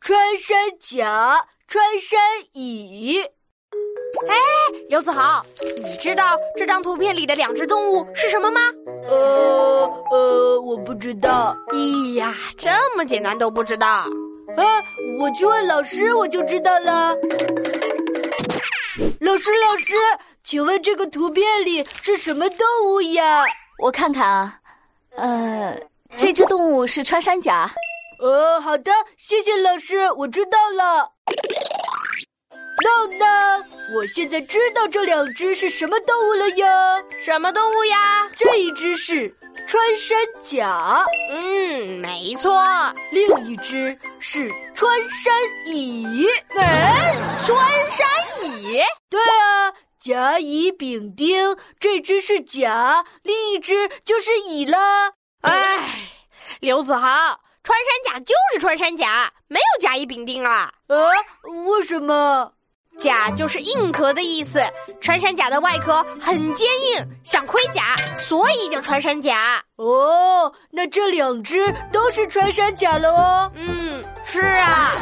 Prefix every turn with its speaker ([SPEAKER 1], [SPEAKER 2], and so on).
[SPEAKER 1] 穿山甲、穿山蚁。
[SPEAKER 2] 哎，刘子豪，你知道这张图片里的两只动物是什么吗？
[SPEAKER 1] 呃呃，我不知道。
[SPEAKER 2] 咦呀，这么简单都不知道？
[SPEAKER 1] 啊，我去问老师，我就知道了。老师，老师，请问这个图片里是什么动物呀？
[SPEAKER 3] 我看看啊，呃，这只动物是穿山甲。
[SPEAKER 1] 呃，好的，谢谢老师，我知道了。闹闹，我现在知道这两只是什么动物了呀？
[SPEAKER 2] 什么动物呀？
[SPEAKER 1] 这一只是穿山甲，
[SPEAKER 2] 嗯，没错。
[SPEAKER 1] 另一只是穿山蚁。
[SPEAKER 2] 嗯，穿山蚁。
[SPEAKER 1] 对啊，甲乙丙丁，这只是甲，另一只就是乙啦。
[SPEAKER 2] 哎，刘子豪。穿山甲就是穿山甲，没有甲乙丙丁啊！
[SPEAKER 1] 啊，为什么？
[SPEAKER 2] 甲就是硬壳的意思，穿山甲的外壳很坚硬，像盔甲，所以叫穿山甲。
[SPEAKER 1] 哦，那这两只都是穿山甲了哦。
[SPEAKER 2] 嗯，是啊。